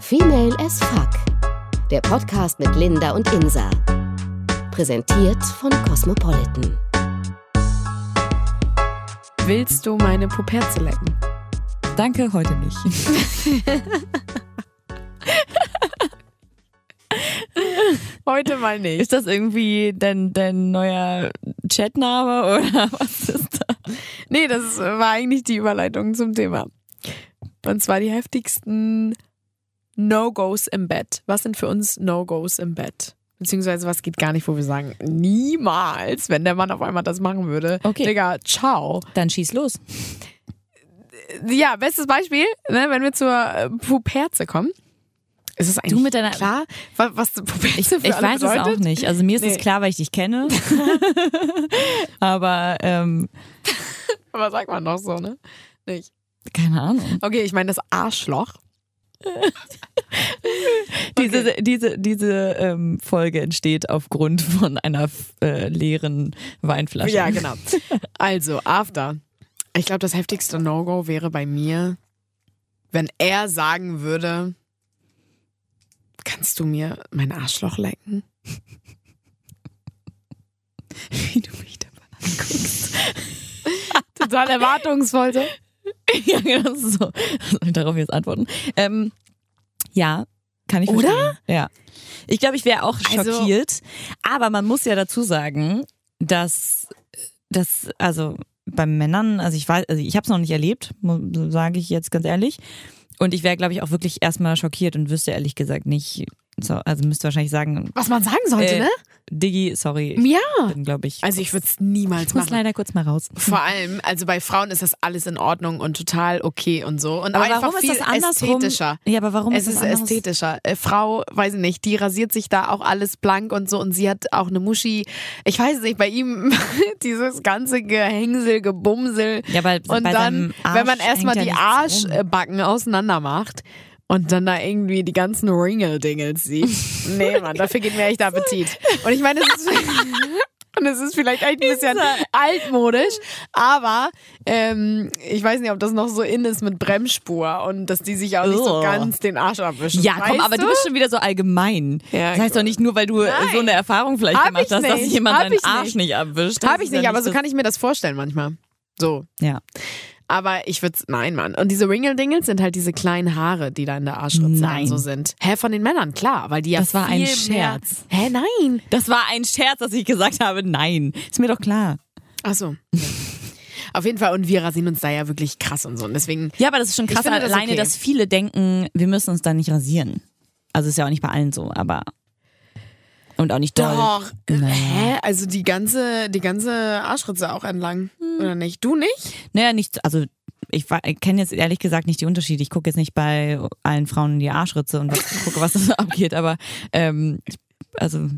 Female as Fuck. Der Podcast mit Linda und Insa. Präsentiert von Cosmopolitan. Willst du meine Puperze lecken? Danke, heute nicht. Heute mal nicht. Ist das irgendwie dein, dein neuer Chatname oder was ist das? Nee, das ist- war eigentlich die Überleitung zum Thema. Und zwar die heftigsten No-Gos im Bett. Was sind für uns No-Gos im Bett? Beziehungsweise was geht gar nicht, wo wir sagen, niemals, wenn der Mann auf einmal das machen würde. Okay. Digga, ciao. Dann schieß los. Ja, bestes Beispiel, ne, wenn wir zur äh, Puperze kommen. Ist es eigentlich mit deiner- klar, wa- was Puperze Ich, für ich alle weiß es bedeutet? auch nicht. Also mir ist Nee. es klar, weil ich dich kenne. Aber ähm, Aber sagt man doch so, ne? Nicht. keine Ahnung. Okay, ich meine das Arschloch. Diese, diese, diese ähm, Folge entsteht aufgrund von einer f- äh, leeren Weinflasche. Ja, genau. Also, After. Ich glaube, das heftigste No-Go wäre bei mir, wenn er sagen würde, kannst du mir mein Arschloch lecken? Wie du mich dabei anguckst. Total erwartungsvoll. so. ja, genau so. Was soll ich darauf jetzt antworten? Ähm, ja, kann ich Oder? verstehen. Ja. Ich glaube, ich wäre auch Also- schockiert. aber man muss ja dazu sagen, dass das, also bei Männern, also ich weiß, also ich habe es noch nicht erlebt, mu- sage ich jetzt ganz ehrlich. Und ich wäre, glaube ich, auch wirklich erstmal schockiert und wüsste ehrlich gesagt nicht, so, also müsste wahrscheinlich sagen, Was man sagen sollte, Äh, ne? Diggi, sorry, ich Ja. bin, glaube ich. Also, ich würde es niemals ich muss machen. leider kurz mal raus. Vor allem, also bei Frauen ist das alles in Ordnung und total okay und so. Und Aber einfach warum viel ist das andersrum? ästhetischer. Ja, aber warum Es ist ist das andersrum? ästhetischer. Äh, Frau, weiß ich nicht, die rasiert sich da auch alles blank und so und sie hat auch eine Muschi. Ich weiß es nicht, bei ihm dieses ganze Gehängsel, Gebumsel. Ja, weil Und bei dann, seinem Arsch wenn man erstmal hängt die äh, ja nichts rum. Arschbacken auseinander macht und dann da irgendwie die ganzen Ringel-Dingels sieht. Nee, Mann, dafür geht mir echt der Appetit. Und ich meine, es ist. Und es ist vielleicht echt ein bisschen altmodisch, aber ähm, ich weiß nicht, ob das noch so in ist mit Bremsspur und dass die sich auch nicht so Oh. ganz den Arsch abwischen. Ja, komm, weißt aber du? bist schon wieder so allgemein. Ja, genau. das heißt doch nicht nur, weil du so eine Erfahrung vielleicht Hab gemacht ich hast, dass nicht. jemand Hab deinen ich Arsch nicht abwischt. Das Habe ich ist ja nicht, aber so das- kann ich mir das vorstellen manchmal. So. Ja. Aber ich würde nein, Mann. Und diese Ringeldingels sind halt diese kleinen Haare, die da in der Arschritze Nein. dann so sind. Hä, von den Männern, klar, weil die ja Das war ein viel mehr- Scherz. Hä, nein. Das war ein Scherz, dass ich gesagt habe, nein. Ist mir doch klar. Ach so. Ja. Auf jeden Fall, und wir rasieren uns da ja wirklich krass und so. Und deswegen, Ja, aber das ist schon krass finde das alleine, okay. dass viele denken, wir müssen uns da nicht rasieren. Also ist ja auch nicht bei allen so, aber und auch nicht doll. doch. Naja. Hä? Also die ganze, die ganze Arschritze auch entlang. Hm. Oder nicht? Du nicht? Naja, nicht, also ich kenne jetzt ehrlich gesagt nicht die Unterschiede. Ich gucke jetzt nicht bei allen Frauen in die Arschritze und was, gucke, was das abgeht, aber ähm, ich- also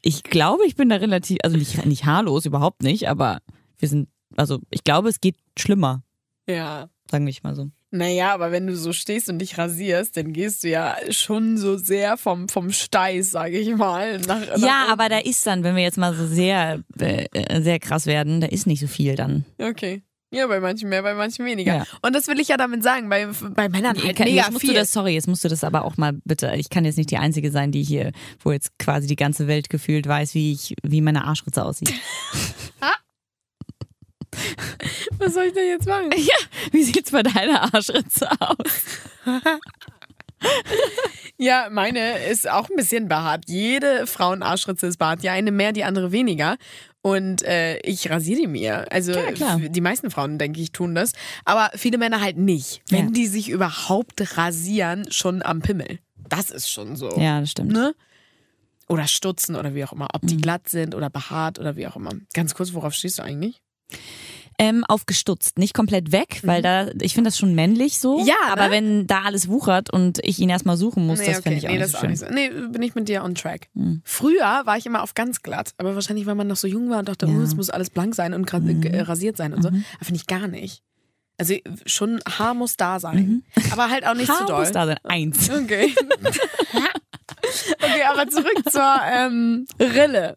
ich glaube, ich bin da relativ, also nicht, nicht haarlos, überhaupt nicht, aber wir sind, also ich glaube, es geht schlimmer, Ja. sagen wir mal so. Naja, aber wenn du so stehst und dich rasierst, dann gehst du ja schon so sehr vom, vom Steiß, sage ich mal. Nach, nach Ja, aber da ist dann, wenn wir jetzt mal so sehr, äh, äh, sehr krass werden, da ist nicht so viel dann. Okay. Ja, bei manchen mehr, bei manchen weniger. Ja. Und das will ich ja damit sagen, bei, bei Männern halt Kann- mega jetzt musst viel. du das, sorry, jetzt musst du das aber auch mal bitte. Ich kann jetzt nicht die Einzige sein, die hier, wo jetzt quasi die ganze Welt gefühlt weiß, wie ich, wie meine Arschritze aussieht. Was soll ich denn jetzt machen? Wie sieht's bei deiner Arschritze aus? Ja, meine ist auch ein bisschen behaart. Jede Frauenarschritze ist behaart. Die eine mehr, die andere weniger. Und äh, ich rasiere die mir. Also Ja, klar. f- die meisten Frauen, denke ich, tun das. Aber viele Männer halt nicht. Wenn Ja. die sich überhaupt rasieren, schon am Pimmel. Das ist schon so. Ja, das stimmt. ne? Oder stutzen oder wie auch immer. Mhm. Ob die glatt sind oder behaart oder wie auch immer. Ganz kurz, worauf stehst du eigentlich? Ähm, aufgestutzt, nicht komplett weg, weil da, ich finde das schon männlich so. Mhm. Ja, Aber ne? wenn da alles wuchert und ich ihn erstmal suchen muss, das finde ich auch nee, nicht das so auch schön. Hm. nicht so. Nee, bin ich mit dir on track. Früher war ich immer auf ganz glatt, aber wahrscheinlich, weil man noch so jung war und dachte, Ja. Mhm. oh, es muss alles blank sein und gra- äh, rasiert sein und so. Aber finde ich gar nicht. Also schon Haar muss da sein, aber halt auch nicht Haar zu doll. Mhm. muss da sein. Eins. Okay. okay, aber zurück zur ähm, Rille.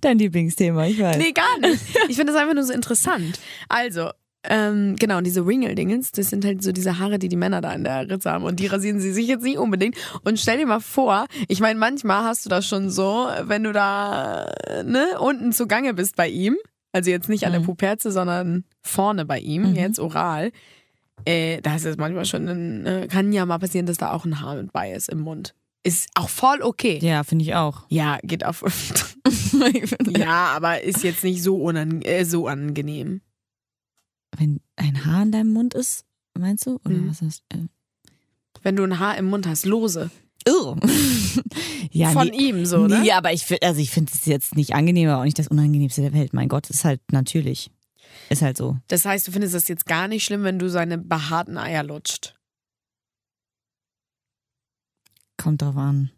Dein Lieblingsthema, ich weiß. Nee, gar nicht. Ich finde das einfach nur so interessant. Also, Ähm, genau, und diese Ringeldingens, das sind halt so diese Haare, die die Männer da in der Ritze haben. Und die rasieren sie sich jetzt nicht unbedingt. Und stell dir mal vor, ich meine, manchmal hast du das schon so, wenn du da ne, unten zugange bist bei ihm. Also jetzt nicht an der Puperze, sondern vorne bei ihm, jetzt oral. Äh, da ist es manchmal schon, ein, äh, kann ja mal passieren, dass da auch ein Haar mit bei ist im Mund. Ist auch voll okay. Ja, finde ich auch. Ja, geht auf. ja, aber ist jetzt nicht so, unang äh, so angenehm. Wenn ein Haar in deinem Mund ist, meinst du? Oder Mhm. was ist? Äh, Wenn du ein Haar im Mund hast, lose. irre. ja, von nee, ihm so, ne? Nee, aber ich finde, also ich finde es jetzt nicht angenehm, aber auch nicht das Unangenehmste der Welt. Mein Gott, ist halt natürlich. Ist halt so. Das heißt, du findest das jetzt gar nicht schlimm, wenn du seine behaarten Eier lutscht. Kommt drauf an.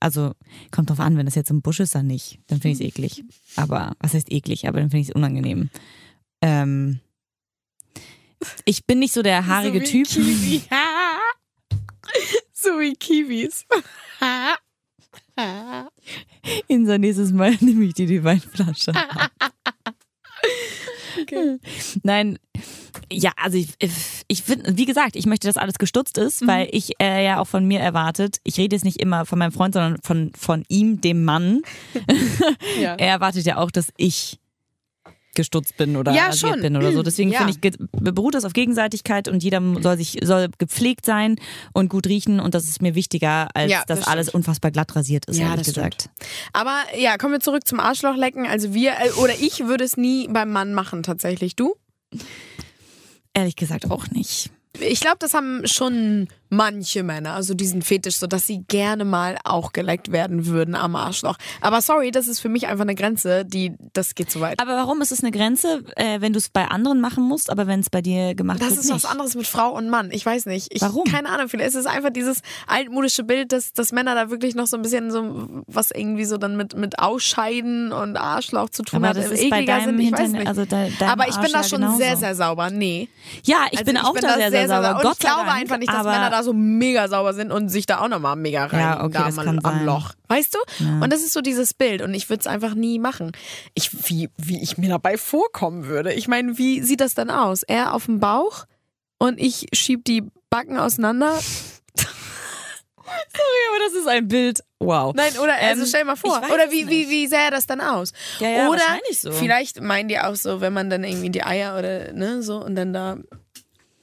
Also, kommt drauf an, wenn das jetzt im Busch ist, dann nicht. Dann finde ich es eklig. Aber, was heißt eklig? Aber dann finde ich es unangenehm. Ähm, ich bin nicht so der haarige so wie Typ. Kiwi. so wie Kiwis. Unser nächstes Mal nehme ich die Divineflasche. okay. Nein, ja, also ich, ich finde, wie gesagt, ich möchte, dass alles gestutzt ist, Mhm. weil ich äh, ja auch von mir erwartet, ich rede jetzt nicht immer von meinem Freund, sondern von, von ihm, dem Mann. ja. Er erwartet ja auch, dass ich gestutzt bin oder Ja, rasiert schon. Mhm. bin oder so. Deswegen Ja. finde ich, ge- beruht das auf Gegenseitigkeit und jeder soll sich soll gepflegt sein und gut riechen und das ist mir wichtiger, als Ja, dass das alles unfassbar glatt rasiert ist, Ja, ehrlich das gesagt. Aber ja, kommen wir zurück zum Arschlochlecken. Also wir, äh, oder ich würde es nie beim Mann machen, tatsächlich. Du? Ehrlich gesagt auch nicht. Ich glaube, das haben schon manche Männer, also diesen Fetisch, so dass sie gerne mal auch geleckt werden würden am Arschloch. Aber sorry, das ist für mich einfach eine Grenze, die, das geht zu weit. Aber warum ist es eine Grenze, äh, wenn du es bei anderen machen musst, aber wenn es bei dir gemacht Das wird? ist nicht? was anderes mit Frau und Mann. Ich weiß nicht. Ich, Warum? Keine Ahnung. Vielleicht ist es einfach dieses altmodische Bild, dass, dass Männer da wirklich noch so ein bisschen so was irgendwie so dann mit, mit Ausscheiden und Arschlauch zu tun Aber hat. das und ist bei ekliger deinem sind. Ich weiß Hintern, nicht. also de, deinem aber ich bin da Arsch ja schon genauso. sehr, sehr sauber. Nee. Ja, ich Also bin auch da sehr, sehr, sauber. Und Gott ich glaube sei Dank, einfach nicht, dass aber Männer da so mega sauber sind und sich da auch nochmal mega rein Ja, okay, da das mal kann am sein. Loch. Weißt du? Ja. Und das ist so dieses Bild und ich würde es einfach nie machen. Ich, wie, wie ich mir dabei vorkommen würde. Ich meine, wie sieht das dann aus? Er auf dem Bauch und ich schieb die Backen auseinander. Ja, aber das ist ein Bild. Wow. Nein, oder also Ähm, stell mal vor. ich weiß Oder es wie, wie, nicht. wie sähe das dann aus? Ja, ja, oder wahrscheinlich so. vielleicht meinen die auch so, wenn man dann irgendwie die Eier oder ne, so und dann da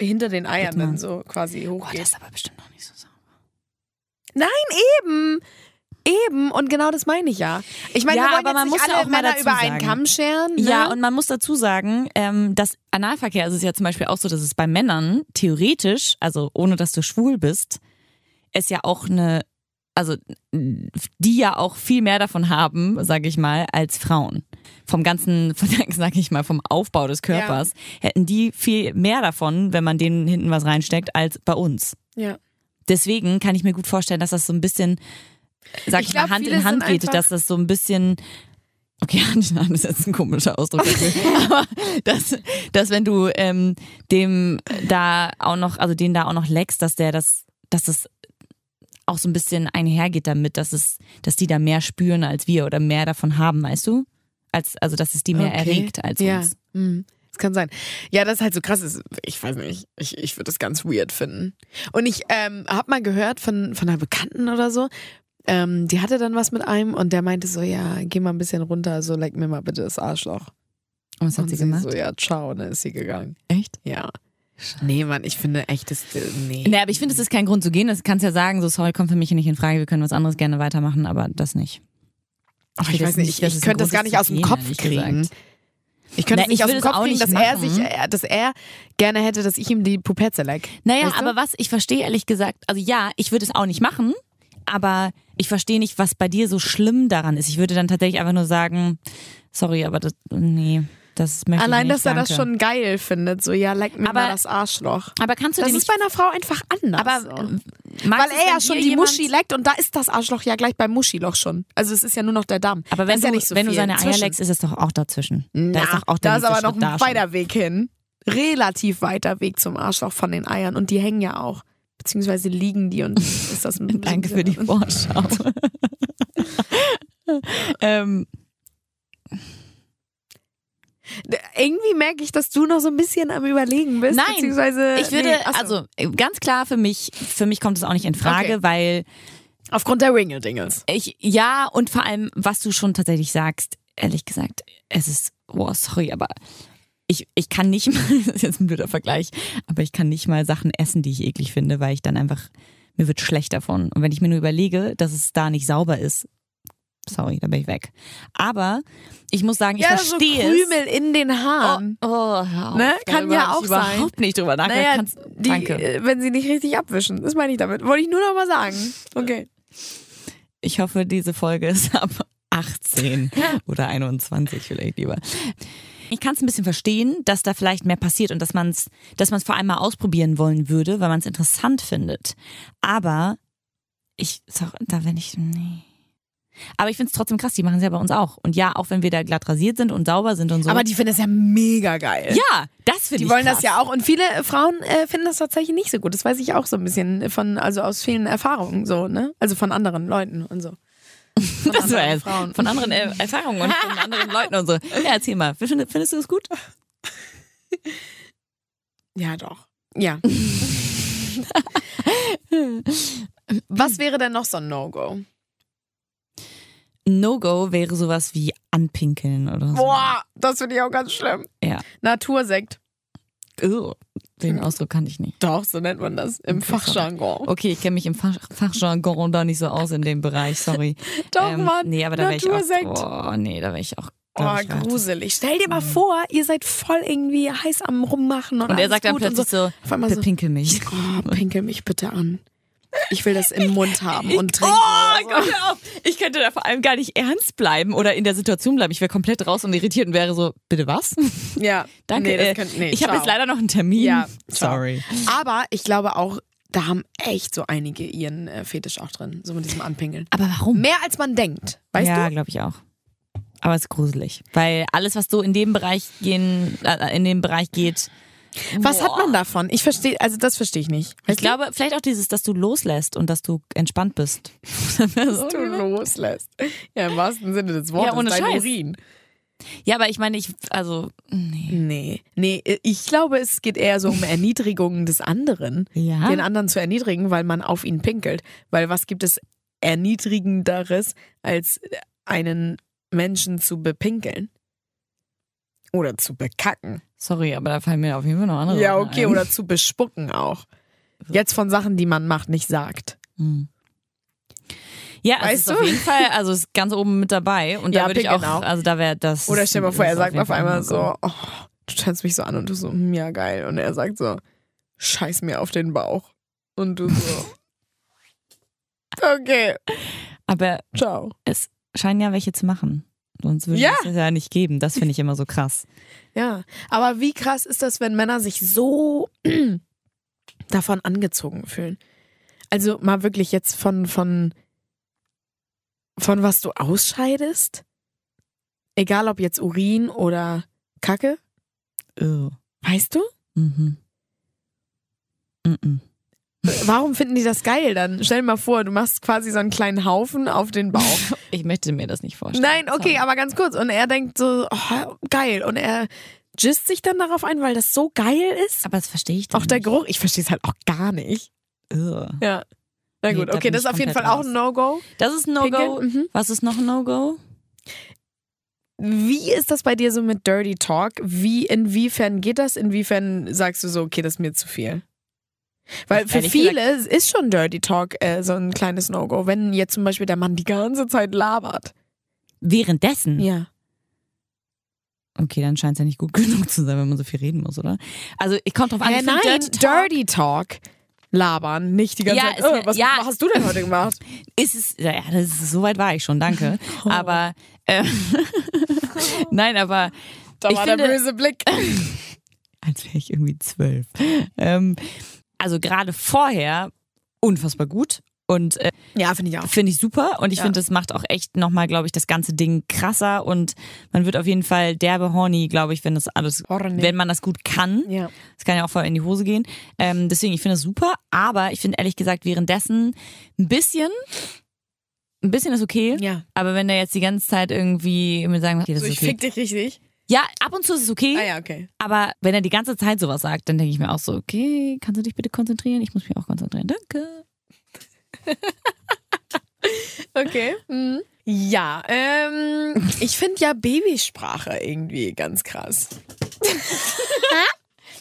hinter den Eiern Warte mal. dann so quasi Boah, das hochgeht. ist aber bestimmt noch nicht so sauber. eben, eben und genau das meine ich ja. Ich meine, Ja, wir wollen aber jetzt man nicht muss alle ja auch mal Männer dazu über einen sagen. Kamm scheren. Ne? Ja, und man muss dazu sagen, ähm, dass Analverkehr, also es ist ja zum Beispiel auch so, dass es bei Männern theoretisch, also ohne dass du schwul bist, es ja auch eine, also die ja auch viel mehr davon haben, sage ich mal, als Frauen. Vom ganzen, von, der- sag ich mal, vom Aufbau des Körpers hätten die viel mehr davon, wenn man denen hinten was reinsteckt, als bei uns. ja. Deswegen kann ich mir gut vorstellen, dass das so ein bisschen, sag Ich ich, glaub, mal, Hand viele in Hand sind geht, einfach- dass das so ein bisschen. Okay, Hand in Hand ist jetzt ein komischer Ausdruck dafür. Aber dass, dass wenn du ähm, dem da auch noch, also den da auch noch leckst, dass der das, dass das auch so ein bisschen einhergeht damit, dass es, dass die da mehr spüren als wir oder mehr davon haben, weißt du? Als, also dass es die mehr Okay. erregt als ja. uns. Mhm. Das kann sein. Ja, das ist halt so krass. Ist. Ich weiß nicht. Ich, ich würde das ganz weird finden. Und ich ähm, habe mal gehört von, von einer Bekannten oder so, ähm, die hatte dann was mit einem und der meinte so, ja, geh mal ein bisschen runter, so leck mir mal bitte das Arschloch. Und was hat und sie gemacht? so, ja, ciao, und dann ist sie gegangen. Echt? Ja. Nee, Mann, ich finde echt, das, nee. Nee, aber ich finde, es ist kein Grund zu gehen. Das kannst ja sagen, so sorry, kommt für mich hier nicht in Frage, wir können was anderes gerne weitermachen, aber das nicht. Ach, ich finde weiß das nicht, nicht, ich, dass es ein könnte das Grund gar nicht aus ist, zu dem gehen, Kopf ehrlich kriegen. gesagt. Ich könnte Na, es nicht ich aus will dem das Kopf auch kriegen, nicht dass er, machen. sich, äh, dass er gerne hätte, dass ich ihm die Pupette leck. Naja, Weißt du? aber was ich verstehe ehrlich gesagt, also ja, ich würde es auch nicht machen, aber ich verstehe nicht, was bei dir so schlimm daran ist. Ich würde dann tatsächlich einfach nur sagen, sorry, aber das, nee, das möchte ich Allein, nicht. dass er das danke. schon geil findet. So, ja, leck mir Aber- mal das Arschloch. Aber kannst du Das dir ist nicht. bei einer Frau einfach anders. Aber so. ähm, Weil magst du es, er ja wenn schon dir die jemand- Muschi leckt und da ist das Arschloch ja gleich beim Muschiloch schon. Also es ist ja nur noch der Damm. Aber da wenn, ist du, ja nicht so wenn viel du seine Eier zwischen. leckst, ist es doch auch dazwischen. Na, da ist doch auch der da ist aber noch nächste Schritt da ein schon. weiter Weg hin. Relativ weiter Weg zum Arschloch von den Eiern. Und die hängen ja auch. Beziehungsweise liegen die und ist das ein Danke für die Vorschau. ähm, D- Irgendwie merke ich, dass du noch so ein bisschen am Überlegen bist. Nein, beziehungsweise, Ich würde, nee, achso. also äh, ganz klar für mich, für mich kommt es auch nicht in Frage, Okay. weil Aufgrund der Ringle-Dingels. ich, ja, und vor allem, was du schon tatsächlich sagst, ehrlich gesagt, es ist, oh, sorry, aber ich, ich kann nicht mal, das ist jetzt ein blöder Vergleich, aber ich kann nicht mal Sachen essen, die ich eklig finde, weil ich dann einfach, mir wird schlecht davon. Und wenn ich mir nur überlege, dass es da nicht sauber ist, sorry, dann bin ich weg. Aber ich muss sagen, ich Ja, so verstehe es. Krümel in den Oh, Haaren. oh, hör auf, Ne? da Kann ja hab auch ich sein. überhaupt nicht drüber nachdenken. naja, Oh, Kannst- die, danke. äh, wenn sie nicht richtig abwischen. Das meine ich damit. Wollte ich nur noch mal sagen. Okay. Ich hoffe, diese Folge ist ab 18 oder 21 vielleicht lieber. Ich kann es ein bisschen verstehen, dass da vielleicht mehr passiert und dass man es dass man's vor allem mal ausprobieren wollen würde, weil man es interessant findet. Aber ich, sorry, da wenn ich, nee. Aber ich finde es trotzdem krass, die machen es ja bei uns auch. Und ja, auch wenn wir da glatt rasiert sind und sauber sind und so. Aber die finden das ja mega geil. ja, das finde ich Die wollen krass. das ja auch und viele Frauen äh, finden das tatsächlich nicht so gut. Das weiß ich auch so ein bisschen von, also aus vielen Erfahrungen so, ne? Also von anderen Leuten und so. Von Das war anderen jetzt Frauen. Von anderen äh, Erfahrungen und von anderen Leuten und so. Ja, erzähl mal, findest, findest du es gut? ja, doch. Ja. Was wäre denn noch so ein No-Go? No-Go wäre sowas wie anpinkeln oder so. Boah, das finde ich auch ganz schlimm. Ja. Natursekt. Ugh, den Ausdruck kann ich nicht. Doch, so nennt man das im Fachjargon. Okay, ich kenne mich im Fach, Fachjargon da nicht so aus in dem Bereich, sorry. Doch, Ähm, Mann. Nee, aber da wäre ich Natursekt. auch. Oh, nee, da wäre ich auch. Oh, glaub ich, warte. gruselig. Stell dir mal vor, ihr seid voll irgendwie heiß am Rummachen und, Und er alles sagt dann gut und plötzlich so, Auf einmal so, bepinkel mich. oh, pinkel mich bitte an. Ich will das im Mund haben und trinken. Oh oder Gott, hör auf. Ich könnte da vor allem gar nicht ernst bleiben oder in der Situation bleiben. Ich wäre komplett raus und irritiert und wäre so, bitte was? so. Ja, Danke. Nee, das äh, könnt, nee, ich habe ciao. jetzt leider noch einen Termin. Ja, ciao. sorry. Aber ich glaube auch, da haben echt so einige ihren äh, Fetisch auch drin, so mit diesem Anpinkeln. Aber warum? Mehr als man denkt, weißt ja, du? glaube ich auch. Aber es ist gruselig, weil alles, was so in dem Bereich gehen, äh, in dem Bereich geht, Was hat Boah. man davon? Ich verstehe, also das verstehe ich nicht. genau. ich glaube, vielleicht auch dieses, dass du loslässt und dass du entspannt bist. dass du loslässt. Ja, im wahrsten Sinne des Wortes. ohne dein Scheiß. Urin. ja, aber ich meine, ich, also, nee. Nee, nee, äh, ich glaube, es geht eher so um Erniedrigungen des anderen. Ja. Den anderen zu erniedrigen, weil man auf ihn pinkelt. Weil was gibt es Erniedrigenderes, als einen Menschen zu bepinkeln? Oder zu bekacken. Sorry, aber da fallen mir auf jeden Fall noch andere. Ja, Sachen okay, ein. oder zu bespucken auch. Jetzt von Sachen, die man macht, nicht sagt. Hm. Ja, es Weißt ist du? auf jeden Fall, also es ist ganz oben mit dabei und Ja, da würde ich auch, Pickeln auch. also da wäre das. Oder stell dir mal vor, ist er sagt jeden auf Fall einmal ein so, oh, du tanzt mich so an und du so, hm, ja geil. Und er sagt so, scheiß mir auf den Bauch. Und du so, okay, Aber ciao. es scheinen ja welche zu machen. Sonst würde Ja. es das ja nicht geben. Das finde ich immer so krass. Ja, aber wie krass ist das, wenn Männer sich so davon angezogen fühlen? Also mal wirklich jetzt von, von, von was du ausscheidest? Egal ob jetzt Urin oder Kacke, Ugh. weißt du? Mhm. Mhm. Warum finden die das geil dann? Stell dir mal vor, du machst quasi so einen kleinen Haufen auf den Bauch. Ich möchte mir das nicht vorstellen. Nein, okay, Sorry. aber ganz kurz. Und er denkt so, oh, geil. Und er gisst sich dann darauf ein, weil das so geil ist. Aber das verstehe ich doch Auch der nicht. Geruch, ich verstehe es halt auch gar nicht. Ugh. Ja. Na Nee, gut, da okay, bin das ist ich auf jeden Fall komplett auch raus. ein No-Go. Das ist Pinkeln, No-Go. Mhm. Was ist noch ein No-Go? Wie ist das bei dir so mit Dirty Talk? Wie, inwiefern geht das? Inwiefern sagst du so, okay, das ist mir zu viel? Weil für Ehrlich viele ist schon Dirty Talk äh, so ein kleines No-Go, wenn jetzt zum Beispiel der Mann die ganze Zeit labert. Währenddessen. Ja. Okay, dann scheint es ja nicht gut genug zu sein, wenn man so viel reden muss, oder? Also, ich kommt drauf an. Äh, ich find nein, Dirty Dirty Talk. Talk Labern, nicht die ganze Ja, Zeit. ist ne- oh, was ja. hast du denn heute gemacht? ist es. Ja, das ist, so weit war ich schon, danke. Oh. Aber. Äh, nein, aber. Da Ich war der finde- böse Blick. als wäre ich irgendwie zwölf. Ähm, also gerade vorher unfassbar gut und äh, Ja, finde ich auch. finde ich super und ich Ja. finde, das macht auch echt nochmal, glaube ich, das ganze Ding krasser und man wird auf jeden Fall derbe horny, glaube ich, wenn das alles, Horny. wenn man das gut kann. Ja. Das kann ja auch voll in die Hose gehen. Ähm, deswegen, ich finde das super, aber ich finde ehrlich gesagt währenddessen ein bisschen, ein bisschen ist okay. ja. Aber wenn der jetzt die ganze Zeit irgendwie mir sagen, okay, das So, ist ich okay. fick dich richtig. Ja, ab und zu ist es okay. Ah ja, okay. Aber wenn er die ganze Zeit sowas sagt, dann denke ich mir auch so, okay, kannst du dich bitte konzentrieren? Ich muss mich auch konzentrieren. Danke. Okay. Mhm. Ja, ähm, ich finde ja Babysprache irgendwie ganz krass.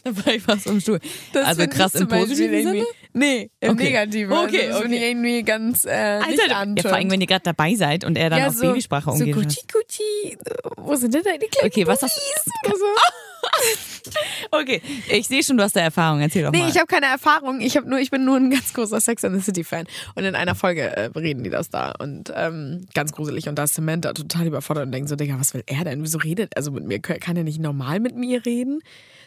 Da war ich fast am Stuhl. also find ich krass zum im Beispiel positiven Sinne. irgendwie- Nee, im Okay. Negativen. Okay, also, das finde ich irgendwie ganz äh, nicht Also, ja, vor allem, wenn ihr gerade dabei seid und er dann auf Babysprache so umgeht. Gucci, Gucci, wo sind denn deine kleinen Okay, was hast- Ah! Puppies oder so? okay, ich sehe schon, du hast da Erfahrung. Erzähl doch Nee, mal. ich habe keine Erfahrung. Ich habe nur, ich bin nur ein ganz großer Sex and the City Fan. Und in einer Folge äh, reden die das da und ähm, ganz gruselig. Und da ist Samantha total überfordert und denkt so, Digga, was will er denn? Wieso redet er so mit mir? Kann kann er nicht normal mit mir reden?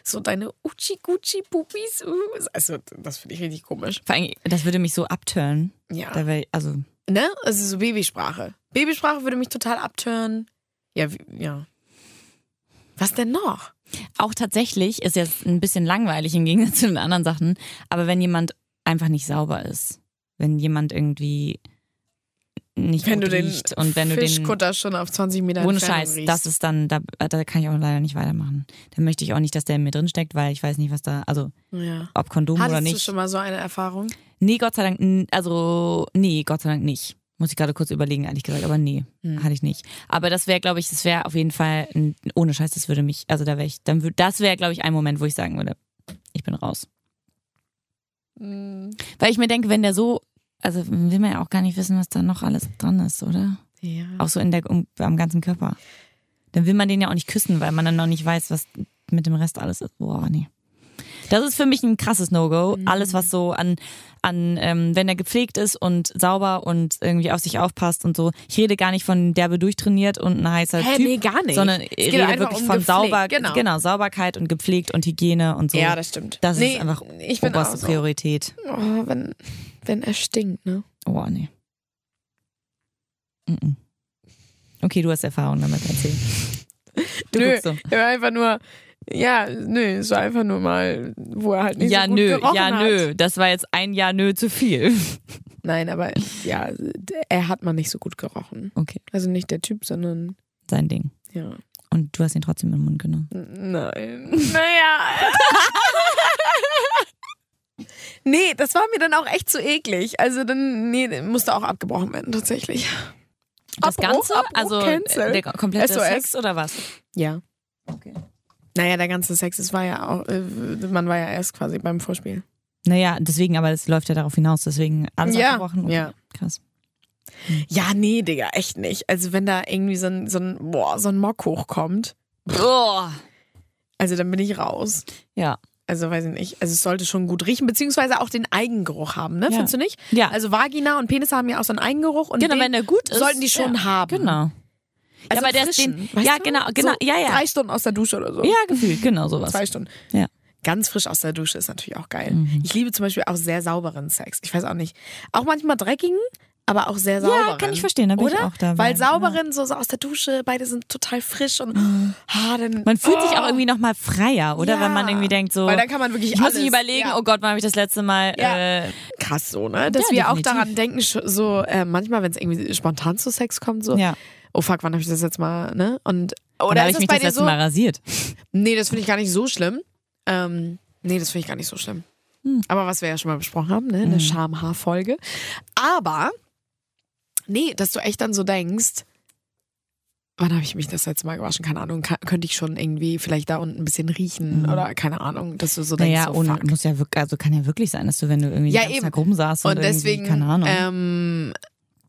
So deine Uchi Gucci Pupis. uh. Also das finde ich richtig komisch. vor allem, das würde mich so abturnen. Ja. Da wär, ich- also, Ne? Also so Babysprache. Babysprache würde mich total abtören. Ja, wie- ja. Was denn noch? auch tatsächlich ist jetzt ein bisschen langweilig im Gegensatz zu den anderen Sachen, aber wenn jemand einfach nicht sauber ist, wenn jemand irgendwie nicht Wenn du gut den riecht und wenn du den Fischkutter schon auf 20 Meter Ohne Entfernung Scheiß, riechst. das ist dann, da, da kann ich auch leider nicht weitermachen. Da möchte ich auch nicht, dass der in mir drin steckt, weil ich weiß nicht, was da, also ja. ob Kondom Hattest oder du nicht. schon mal so eine Erfahrung? Nee, Gott sei Dank, n- also nee, Gott sei Dank nicht. Muss ich gerade kurz überlegen, ehrlich gesagt, aber nee, Hm. hatte ich nicht. Aber das wäre, glaube ich, das wäre auf jeden Fall, ein, ohne Scheiß, das würde mich, also da wäre ich, dann wür- das wäre, glaube ich, ein Moment, wo ich sagen würde, ich bin raus. Weil ich mir denke, wenn der so, also will man ja auch gar nicht wissen, was da noch alles dran ist, oder? Ja. Auch so in der, um, am ganzen Körper. Dann will man den ja auch nicht küssen, weil man dann noch nicht weiß, was mit dem Rest alles ist. Boah, nee. Das ist für mich ein krasses No-Go. Mhm. Alles, was so an, an ähm, wenn er gepflegt ist und sauber und irgendwie auf sich aufpasst und so. Ich rede gar nicht von derbe durchtrainiert und ein heißer Hä, Typ, nee, gar nicht. sondern Es ich geht rede einfach wirklich um von gepflegt, sauber, genau. Sauberkeit und gepflegt und Hygiene und so. Ja, das stimmt. das Nee, ist einfach ich bin oberste auch so. Priorität. Oh, wenn, wenn er stinkt, ne? Oh, nee. Mm-mm. Okay, du hast Erfahrung damit, erzähl. Du nö, guckst so. er war einfach nur, ja, nö, es war einfach nur mal, wo er halt nicht Ja, so gut nö, gerochen ja, hat. nö. Das war jetzt ein Ja, nö zu viel. Nein, aber ja, er hat mal nicht so gut gerochen. Okay, Also nicht der Typ, sondern, sein Ding. ja, Und du hast ihn trotzdem in den Mund genommen. N- nein. Naja. Nee, das war mir dann auch echt zu eklig. Also dann, nee, musste auch abgebrochen werden, tatsächlich. Das Abbruch, Ganze, Abbruch, also cancel. äh, der komplette SOS. Sex oder was? Ja. Okay. Naja, der ganze Sex, es war ja auch, äh, man war ja erst quasi beim Vorspiel. Naja, deswegen, aber es läuft ja darauf hinaus, deswegen alles Ja, abgebrochen. Okay, ja. Krass. Ja, nee, Digga, echt nicht. Also wenn da irgendwie so ein, so ein, boah, so ein Mock hochkommt, Boah. also dann bin ich raus. Ja. Also weiß ich nicht. Also es sollte schon gut riechen, beziehungsweise auch den Eigengeruch haben, ne? Ja. Findest du nicht? Ja. Also Vagina und Penis haben ja auch so einen Eigengeruch und genau, den wenn der gut ist. sollten die schon ja. haben. Genau. Also aber der ist frischen, den- weißt ja, du? genau, genau, so ja, ja. Drei Stunden aus der Dusche oder so. Ja, gefühlt, genau sowas. Zwei Stunden. Ja. Ganz frisch aus der Dusche ist natürlich auch geil. Mhm. Ich liebe zum Beispiel auch sehr sauberen Sex. Ich weiß auch nicht. Auch manchmal dreckigen, aber auch sehr sauberen. Ja, kann ich verstehen, da bin oder? ich auch dabei. Weil sauberen, so, so aus der Dusche, beide sind total frisch und ah, dann, Mhm. Man fühlt sich oh, auch irgendwie nochmal freier, oder? Ja. Wenn man irgendwie denkt, so. Weil dann kann man wirklich ich muss alles. nicht überlegen, ja. oh Gott, wann habe ich das letzte Mal. Ja. Äh, krass so, ne? Dass Ja, wir auch definitiv. daran denken, sch- so äh, manchmal, wenn es irgendwie spontan zu Sex kommt, so, ja. oh fuck, wann habe ich das jetzt mal, ne? Und Oder oder habe ist ich es mich bei das dir letzte so? Mal rasiert. Nee, das finde ich gar nicht so schlimm. Ähm, nee, das finde ich gar nicht so schlimm. Hm. Aber was wir ja schon mal besprochen haben, ne? Eine Schamhaarfolge. Aber, nee, dass du echt dann so denkst, wann habe ich mich das letzte Mal gewaschen? Keine Ahnung, kann, könnte ich schon irgendwie vielleicht da unten ein bisschen riechen oder keine Ahnung, dass du so denkst, Naja, oh, ohne, fuck. muss Hm. ja wirklich, also kann ja wirklich sein, dass du, wenn du irgendwie Ja, den ganzen eben. Tag rumsaßt und, Und deswegen, irgendwie, keine Ahnung. ähm,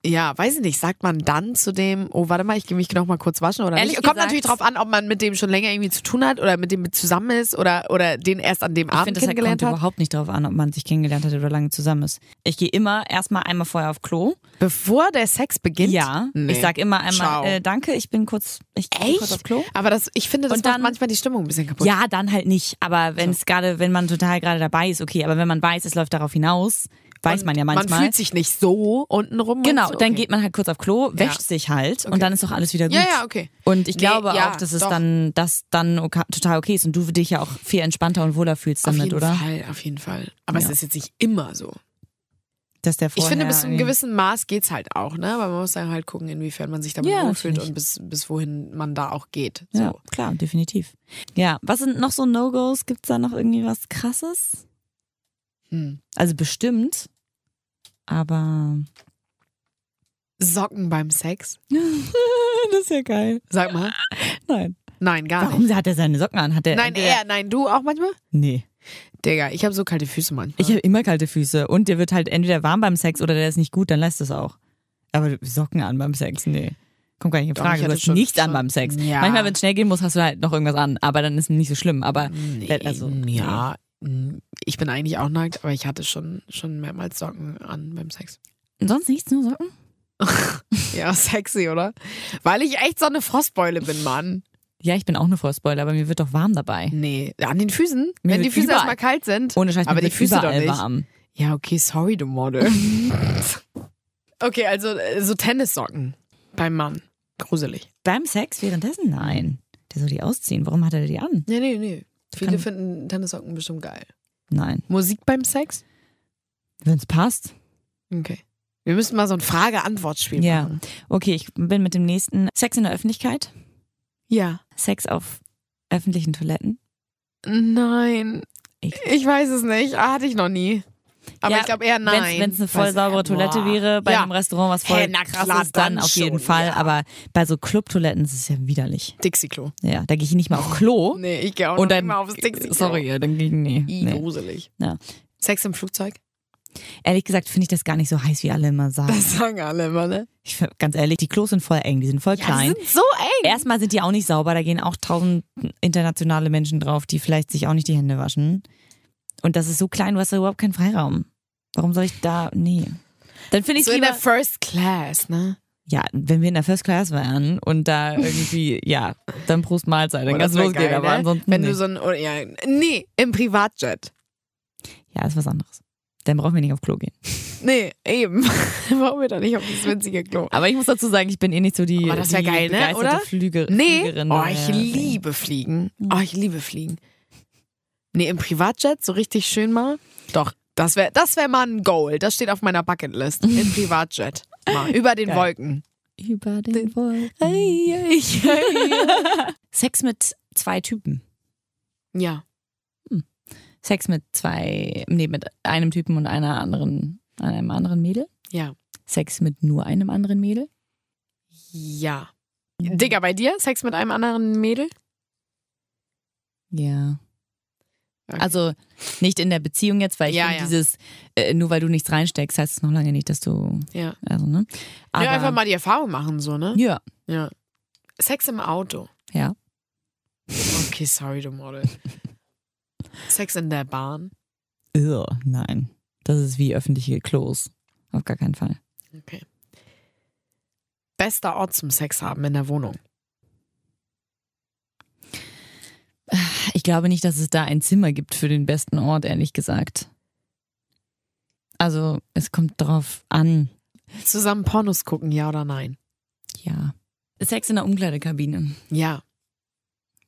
ja, weiß ich nicht, sagt man dann zu dem, oh, warte mal, ich gehe mich noch mal kurz waschen oder nicht? Ehrlich Kommt gesagt- natürlich drauf an, ob man mit dem schon länger irgendwie zu tun hat oder mit dem zusammen ist oder, oder den erst an dem ich Abend finde, das kommt kennengelernt hat. überhaupt nicht darauf an, ob man sich kennengelernt hat oder lange zusammen ist. Ich gehe immer erstmal einmal vorher auf Klo. Bevor der Sex beginnt? Ja. Nee. Ich sag immer Ciao. einmal, äh, danke, ich bin kurz, ich bin kurz auf Echt? Klo. Aber das, ich finde, das Und macht dann- manchmal die Stimmung ein bisschen kaputt. Ja, dann halt nicht. Aber wenn es gerade, wenn man total gerade dabei ist, okay. Aber wenn man weiß, es läuft darauf hinaus, weiß Und man ja manchmal. Man fühlt sich nicht so unten rum. Genau, und so. dann okay. geht man halt kurz auf Klo, wäscht sich halt und dann ist doch alles wieder gut. Ja, ja, okay. Und ich Nee, glaube ja, auch, dass es doch. dann, dass dann oka- total okay ist und du dich ja auch viel entspannter und wohler fühlst Auf damit, jeden oder? Fall, auf jeden Fall. Aber es Ja. ist jetzt nicht immer so. dass der Ich vorher finde, bis zu einem gewissen Maß geht's halt auch, ne? Weil man muss dann halt gucken, inwiefern man sich damit Ja, wohlfühlt natürlich. und bis, bis wohin man da auch geht. So. Ja, klar, definitiv. Ja, was sind noch so No-Gos? Gibt's da noch irgendwie was Krasses? Hm. Also bestimmt, aber Socken beim Sex? das ist ja geil. Sag mal. Nein. Nein, gar nicht. Warum hat er seine Socken an? Hat er Nein, entweder- er, nein, du auch manchmal? Nee. Digga, ich habe so kalte Füße manchmal. Ich habe immer kalte Füße und dir wird halt entweder warm beim Sex oder der ist nicht gut, dann lässt es auch. Aber Socken an beim Sex, nee. Kommt gar nicht in Doch, Frage. ich Du hatte hast schon- nichts an schon- beim Sex. Ja. Manchmal, wenn es schnell gehen muss, hast du halt noch irgendwas an. Aber dann ist es nicht so schlimm. Aber Nee, also, ja, mm, ich bin eigentlich auch nackt, aber ich hatte schon, schon mehrmals Socken an beim Sex. sonst nichts, nur Socken? Ja, sexy, oder? Weil ich echt so eine Frostbeule bin, Mann. Ja, ich bin auch eine Frostbeule, aber mir wird doch warm dabei. Nee, an den Füßen? Mir wenn die wird Füße überall- erstmal kalt sind. Ohne Scheiß, aber mir die wird Füße doch überall nicht. warm. Ja, okay, sorry, du Model. okay, also äh, so Tennissocken beim Mann. Gruselig. Beim Sex währenddessen? Nein. Der soll die ausziehen. Warum hat er die an? Nee, nee, nee. Viele Kann- finden Tennissocken bestimmt geil. Nein. Musik beim Sex? Wenn es passt. Okay. Wir müssen mal so ein Frage-Antwort-Spiel Ja. machen. Okay, ich bin mit dem nächsten. Sex in der Öffentlichkeit. Ja. Sex auf öffentlichen Toiletten. Nein. Ich- Ich weiß es nicht. Ah, hatte ich noch nie. Aber Ja, ich glaube eher nein. Wenn es eine voll Weiß- Boah. saubere Toilette wäre, bei ja. einem Restaurant, was voll Hä, na krass klar, ist, dann, dann auf schon, jeden Fall. ja. Aber bei so Clubtoiletten ist es ja widerlich. Dixie-Klo. Ja, da gehe ich nicht mal auf Klo. Nee, ich gehe auch Oh. und Oh, noch dann, immer aufs Dixie-Klo. sorry, ja, dann gehe ich, nee, I, nee. Gruselig. Ja. Sex im Flugzeug? Ehrlich gesagt finde ich das gar nicht so heiß, wie alle immer sagen. Das sagen alle immer, ne? Ich, find- ganz ehrlich, die Klos sind voll eng, die sind voll die klein. sind so eng. Erstmal sind die auch nicht sauber, da gehen auch tausend internationale Menschen drauf, die vielleicht sich auch nicht die Hände waschen. Und das ist so klein, du hast da überhaupt keinen Freiraum. Warum soll ich da, nee. Dann finde ich so es in lieber der First Class, ne? ja, wenn wir in der First Class wären und da irgendwie, ja, dann Prost Mahlzeit, dann Boah, kann's das wär losgehen, geil, aber ne? ansonsten. Wenn nee. du so ein, oh, ja, nee, im Privatjet. ja, ist was anderes. Dann brauchen wir nicht auf Klo gehen. Nee, eben. Warum wir da nicht auf das winzige Klo? Aber ich muss dazu sagen, ich bin eh nicht so die, Aber das wär die geil, ne, begeisterte oder? Flüge, Nee, Flügerin. äh, oh, Ja, ich ja, nee. liebe Fliegen. Oh, ich liebe Fliegen. Nee, im Privatjet, so richtig schön mal. Doch, das wäre das wär mal ein Goal. Das steht auf meiner Bucketlist. Im Privatjet. Mal über den Geil. Wolken. Über den Wolken. Sex mit zwei Typen. Ja. Sex mit zwei, nee, mit einem Typen und einer anderen, einem anderen Mädel. Ja. Sex mit nur einem anderen Mädel. Ja. Digga, bei dir? Sex mit einem anderen Mädel? Ja. Okay. Also nicht in der Beziehung jetzt, weil ich Ja, finde ja. dieses, äh, nur weil du nichts reinsteckst, heißt es noch lange nicht, dass du, Ja. also ne. Aber, ja. Einfach mal die Erfahrung machen, so, ne? ja, Ja. Sex im Auto. Ja. Okay, sorry, du Model. Sex in der Bahn. Ugh, nein, das ist wie öffentliche Klos, auf gar keinen Fall. Okay. Bester Ort zum Sex haben in der Wohnung. Ich glaube nicht, dass es da ein Zimmer gibt für den besten Ort, ehrlich gesagt. Also es kommt drauf an, Zusammen Pornos gucken, ja oder nein? ja. Sex in der Umkleidekabine, Ja.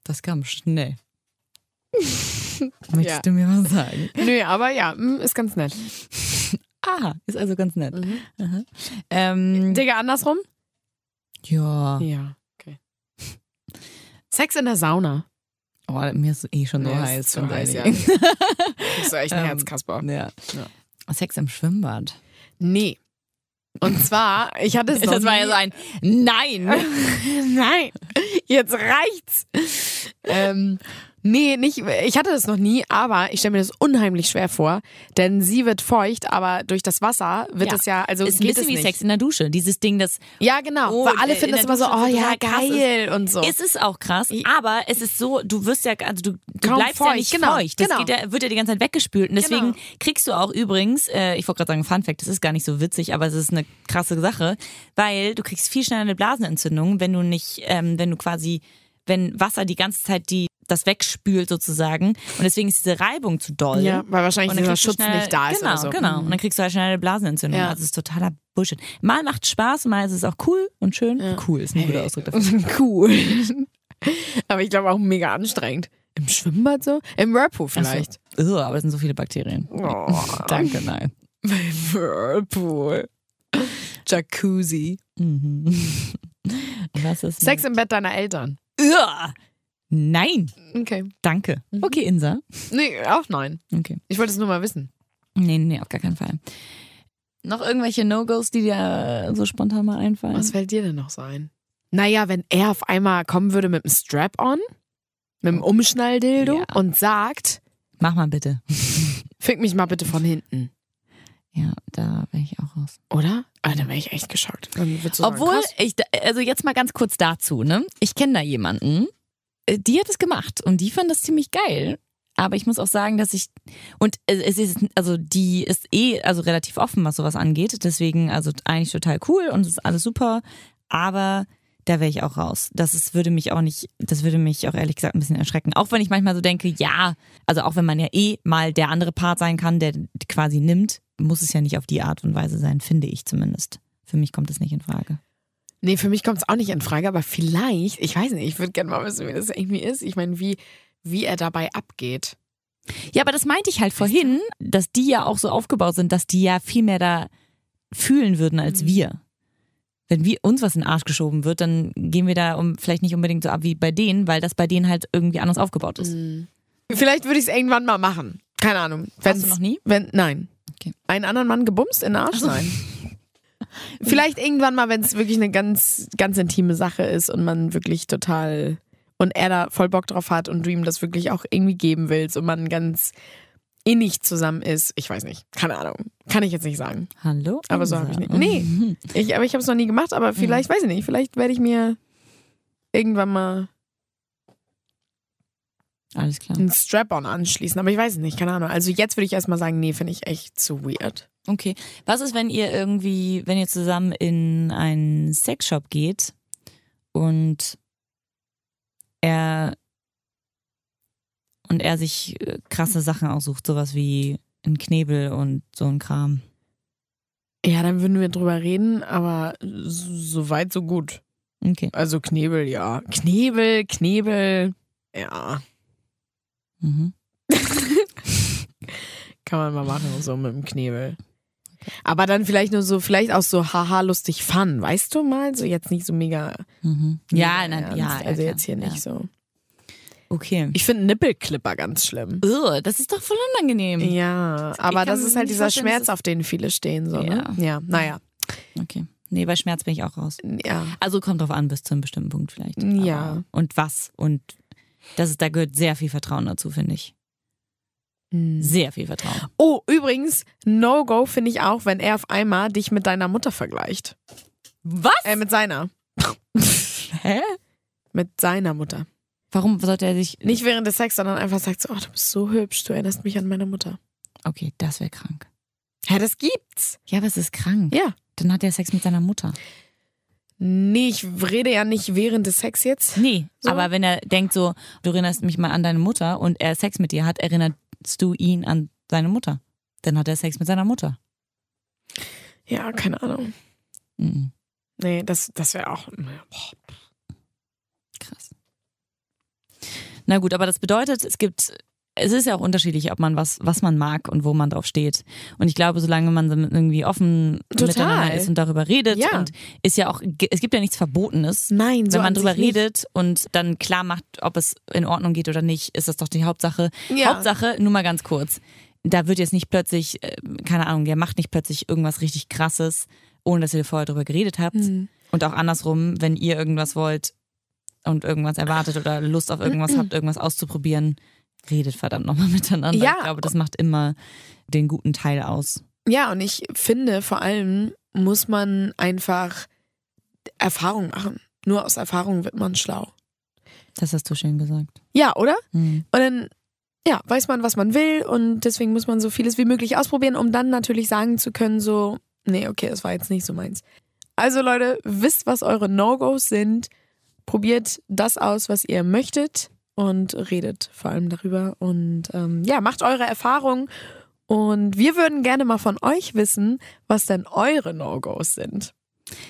das kam schnell. Möchtest Ja. du mir was sagen? Nö, aber ja, mm, ist ganz nett. Aha, ist also ganz nett. Aha. Ähm, Digga, andersrum? ja. Ja. Okay. Sex in der Sauna. Oh, mir ist eh schon so Nee, ist heiß. zu ganz heiß, ehrlich. Ist echt ein Ähm, Herzkasper. ja. Ja. Sex im Schwimmbad. Nee. Und zwar, ich hatte es noch Das war nie- ja so ein Nein. Nein, jetzt reicht's. Ähm, nee, nicht, ich hatte das noch nie, aber ich stelle mir das unheimlich schwer vor, denn sie wird feucht, aber durch das Wasser wird Ja. es ja, also ist ein geht bisschen es wie nicht. Sex in der Dusche. Dieses Ding, das Ja, genau. Oh, Weil alle in finden das der immer so, Dusche oh ist ja, total krass, geil und so. ist es auch krass, aber es ist so, du wirst ja, also du, du Kaum bleibst ja feucht, nicht genau, feucht. Das genau. Geht ja, wird ja die ganze Zeit weggespült. Und deswegen Genau. kriegst du auch übrigens, äh, ich wollte gerade sagen, Fun Fact, das ist gar nicht so witzig, aber es ist eine krasse Sache, weil du kriegst viel schneller eine Blasenentzündung, wenn du nicht, ähm, wenn du quasi, wenn Wasser die ganze Zeit die das wegspült sozusagen. Und deswegen ist diese Reibung zu doll. ja, weil wahrscheinlich Und dann dieser kriegst du Schutz schnell- nicht da ist Genau, oder so. Mhm. genau. Und dann kriegst du halt schnell eine Blasenentzündung. Ja. Also es ist totaler Bullshit. Mal macht Spaß, mal ist es auch cool und schön. Cool ist ein guter Ausdruck dafür. cool. aber ich glaube auch mega anstrengend. Im Schwimmbad so? Im Whirlpool vielleicht. Ugh, aber es sind so viele Bakterien. Oh. Danke, nein. Whirlpool. Jacuzzi. Mhm. Was ist Sex im Bett deiner Eltern. mit- Uah! Nein, Okay. danke. Okay, Insa. Nee, auch nein. Mhm. Okay. Ich wollte es nur mal wissen. Nee, nee, auf gar keinen Fall. Noch irgendwelche No-Gos, die dir so spontan mal einfallen? Was fällt dir denn noch so ein? Naja, wenn er auf einmal kommen würde mit einem Strap-on, mit einem Umschnalldildo Ja. und sagt, Mach mal bitte. fick mich mal bitte von hinten, Ja, da bin ich auch raus. oder? Ah, dann wäre ich echt geschockt. Dann würdest du sagen, Obwohl, krass. ich, also jetzt mal ganz kurz dazu, ne? Ich kenne da jemanden, äh, die hat es gemacht und die fand das ziemlich geil. Aber ich muss auch sagen, dass ich, und äh, es ist, also die ist eh, also relativ offen, was sowas angeht. Deswegen, also eigentlich total cool und es ist alles super. Aber da wäre ich auch raus. Das ist, würde mich auch nicht, das würde mich auch ehrlich gesagt ein bisschen erschrecken. Auch wenn ich manchmal so denke, ja, also auch wenn man ja eh mal der andere Part sein kann, der quasi nimmt, muss es ja nicht auf die Art und Weise sein, finde ich zumindest. Für mich kommt das nicht in Frage. Nee, für mich kommt es auch nicht in Frage, aber vielleicht, ich weiß nicht, ich würde gerne mal wissen, wie das irgendwie ist. Ich meine, wie, wie er dabei abgeht. Ja, aber das meinte ich halt vorhin, dass die ja auch so aufgebaut sind, dass die ja viel mehr da fühlen würden als wir. Wenn wir uns was in den Arsch geschoben wird, dann gehen wir da um, vielleicht nicht unbedingt so ab wie bei denen, weil das bei denen halt irgendwie anders aufgebaut ist. Vielleicht würde ich es irgendwann mal machen. Keine Ahnung. Hast Wenn's- du noch nie? Wenn, nein. Okay. Einen anderen Mann gebumst in den Arsch? Nein. Vielleicht irgendwann mal, wenn es wirklich eine ganz, ganz intime Sache ist und man wirklich total und er da voll Bock drauf hat und du ihm das wirklich auch irgendwie geben willst und man ganz innig zusammen ist. Ich weiß nicht. Keine Ahnung. Kann ich jetzt nicht sagen. Hallo? Aber so Insa. habe ich nicht. Nee. Ich, aber ich habe es noch nie gemacht, aber vielleicht, weiß ich nicht, vielleicht werde ich mir irgendwann mal Alles klar. einen Strap-on anschließen. Aber ich weiß es nicht, keine Ahnung. Also jetzt würde ich erstmal sagen, nee, finde ich echt zu weird. Okay. Was ist, wenn ihr irgendwie, wenn ihr zusammen in einen Sexshop geht und er und er sich äh, krasse Sachen aussucht, sowas wie ein Knebel und so ein Kram. Ja, dann würden wir drüber reden, aber so weit, so gut. Okay. Also Knebel, ja. Knebel, Knebel, ja. Mhm. Kann man mal machen, so mit dem Knebel. Aber dann vielleicht nur so, vielleicht auch so haha lustig fun, weißt du mal? So jetzt nicht so mega. Mhm. mega Ja, nein, ernst. ja, ja, Also klar. jetzt hier nicht Ja. so. Okay. Ich finde Nippelclipper ganz schlimm. Ugh, das ist doch voll Mhm. unangenehm. Ja, aber kann das mir ist halt nicht dieser vorstellen, dass Schmerz, es- auf den viele stehen, so, ne? Ja, naja. Okay. Nee, bei Schmerz bin ich auch raus. Ja. Also kommt drauf an, bis zu einem bestimmten Punkt vielleicht. Ja. Aber, und was? Und das ist, da gehört sehr viel Vertrauen dazu, finde ich. Sehr viel Vertrauen. Oh, übrigens, No-Go finde ich auch, wenn er auf einmal dich mit deiner Mutter vergleicht. Was? Äh, mit seiner. Hä? Mit seiner Mutter. Warum sollte er sich. Nicht während des Sex, sondern einfach sagt so, oh, du bist so hübsch, du erinnerst mich an meine Mutter. Okay, das wäre krank. Ja, das gibt's. Ja, aber es ist krank. Ja. Dann hat er Sex mit seiner Mutter. Nee, ich rede ja nicht während des Sex jetzt. Nee, So? aber wenn er denkt so, du erinnerst mich mal an deine Mutter und er Sex mit dir hat, erinnerst du ihn an seine Mutter. Dann hat er Sex mit seiner Mutter. Ja, keine Ahnung. Mhm. Nee, das, das wäre auch. Boah. Krass. Na gut, aber das bedeutet, es gibt, es ist ja auch unterschiedlich, ob man was, was man mag und wo man drauf steht. Und ich glaube, solange man dann irgendwie offen Total. miteinander ist und darüber redet Ja. und ist ja auch, es gibt ja nichts Verbotenes. Nein, so wenn man an drüber sich nicht. redet und dann klar macht, ob es in Ordnung geht oder nicht, ist das doch die Hauptsache. Ja. Hauptsache, nur mal ganz kurz. Da wird jetzt nicht plötzlich, äh, keine Ahnung, der macht nicht plötzlich irgendwas richtig krasses, ohne dass ihr vorher drüber geredet habt. Mhm. Hm. Und auch andersrum, wenn ihr irgendwas wollt und irgendwas erwartet oder Lust auf irgendwas habt, irgendwas auszuprobieren, redet verdammt nochmal miteinander. Ja. Ich glaube, das macht immer den guten Teil aus. Ja, und ich finde, vor allem muss man einfach Erfahrung machen. Nur aus Erfahrung wird man schlau. Das hast du schön gesagt. Ja, oder? Hm. Und dann, ja, weiß man, was man will und deswegen muss man so vieles wie möglich ausprobieren, um dann natürlich sagen zu können, so, nee, okay, das war jetzt nicht so meins. Also Leute, wisst, was eure No-Gos sind. Probiert das aus, was ihr möchtet und redet vor allem darüber. Und ähm, ja, macht eure Erfahrungen. Und wir würden gerne mal von euch wissen, was denn eure No-Gos sind.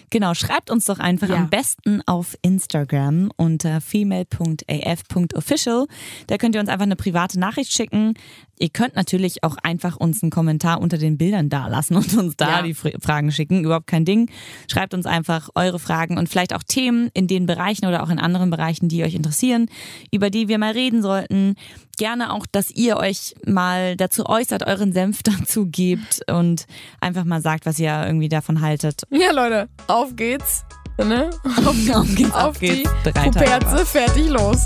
Genau, schreibt uns doch einfach Ja. am besten auf Instagram unter female.af.official. Da könnt ihr uns einfach eine private Nachricht schicken. Ihr könnt natürlich auch einfach uns einen Kommentar unter den Bildern da lassen und uns da Ja. die Fr Fragen schicken. Überhaupt kein Ding. Schreibt uns einfach eure Fragen und vielleicht auch Themen in den Bereichen oder auch in anderen Bereichen, die euch interessieren, über die wir mal reden sollten. Gerne auch, dass ihr euch mal dazu äußert, euren Senf dazu gebt und einfach mal sagt, was ihr irgendwie davon haltet Ja, Leute, auf geht's. Ne? auf geht's, Auf die Kuperze, fertig los.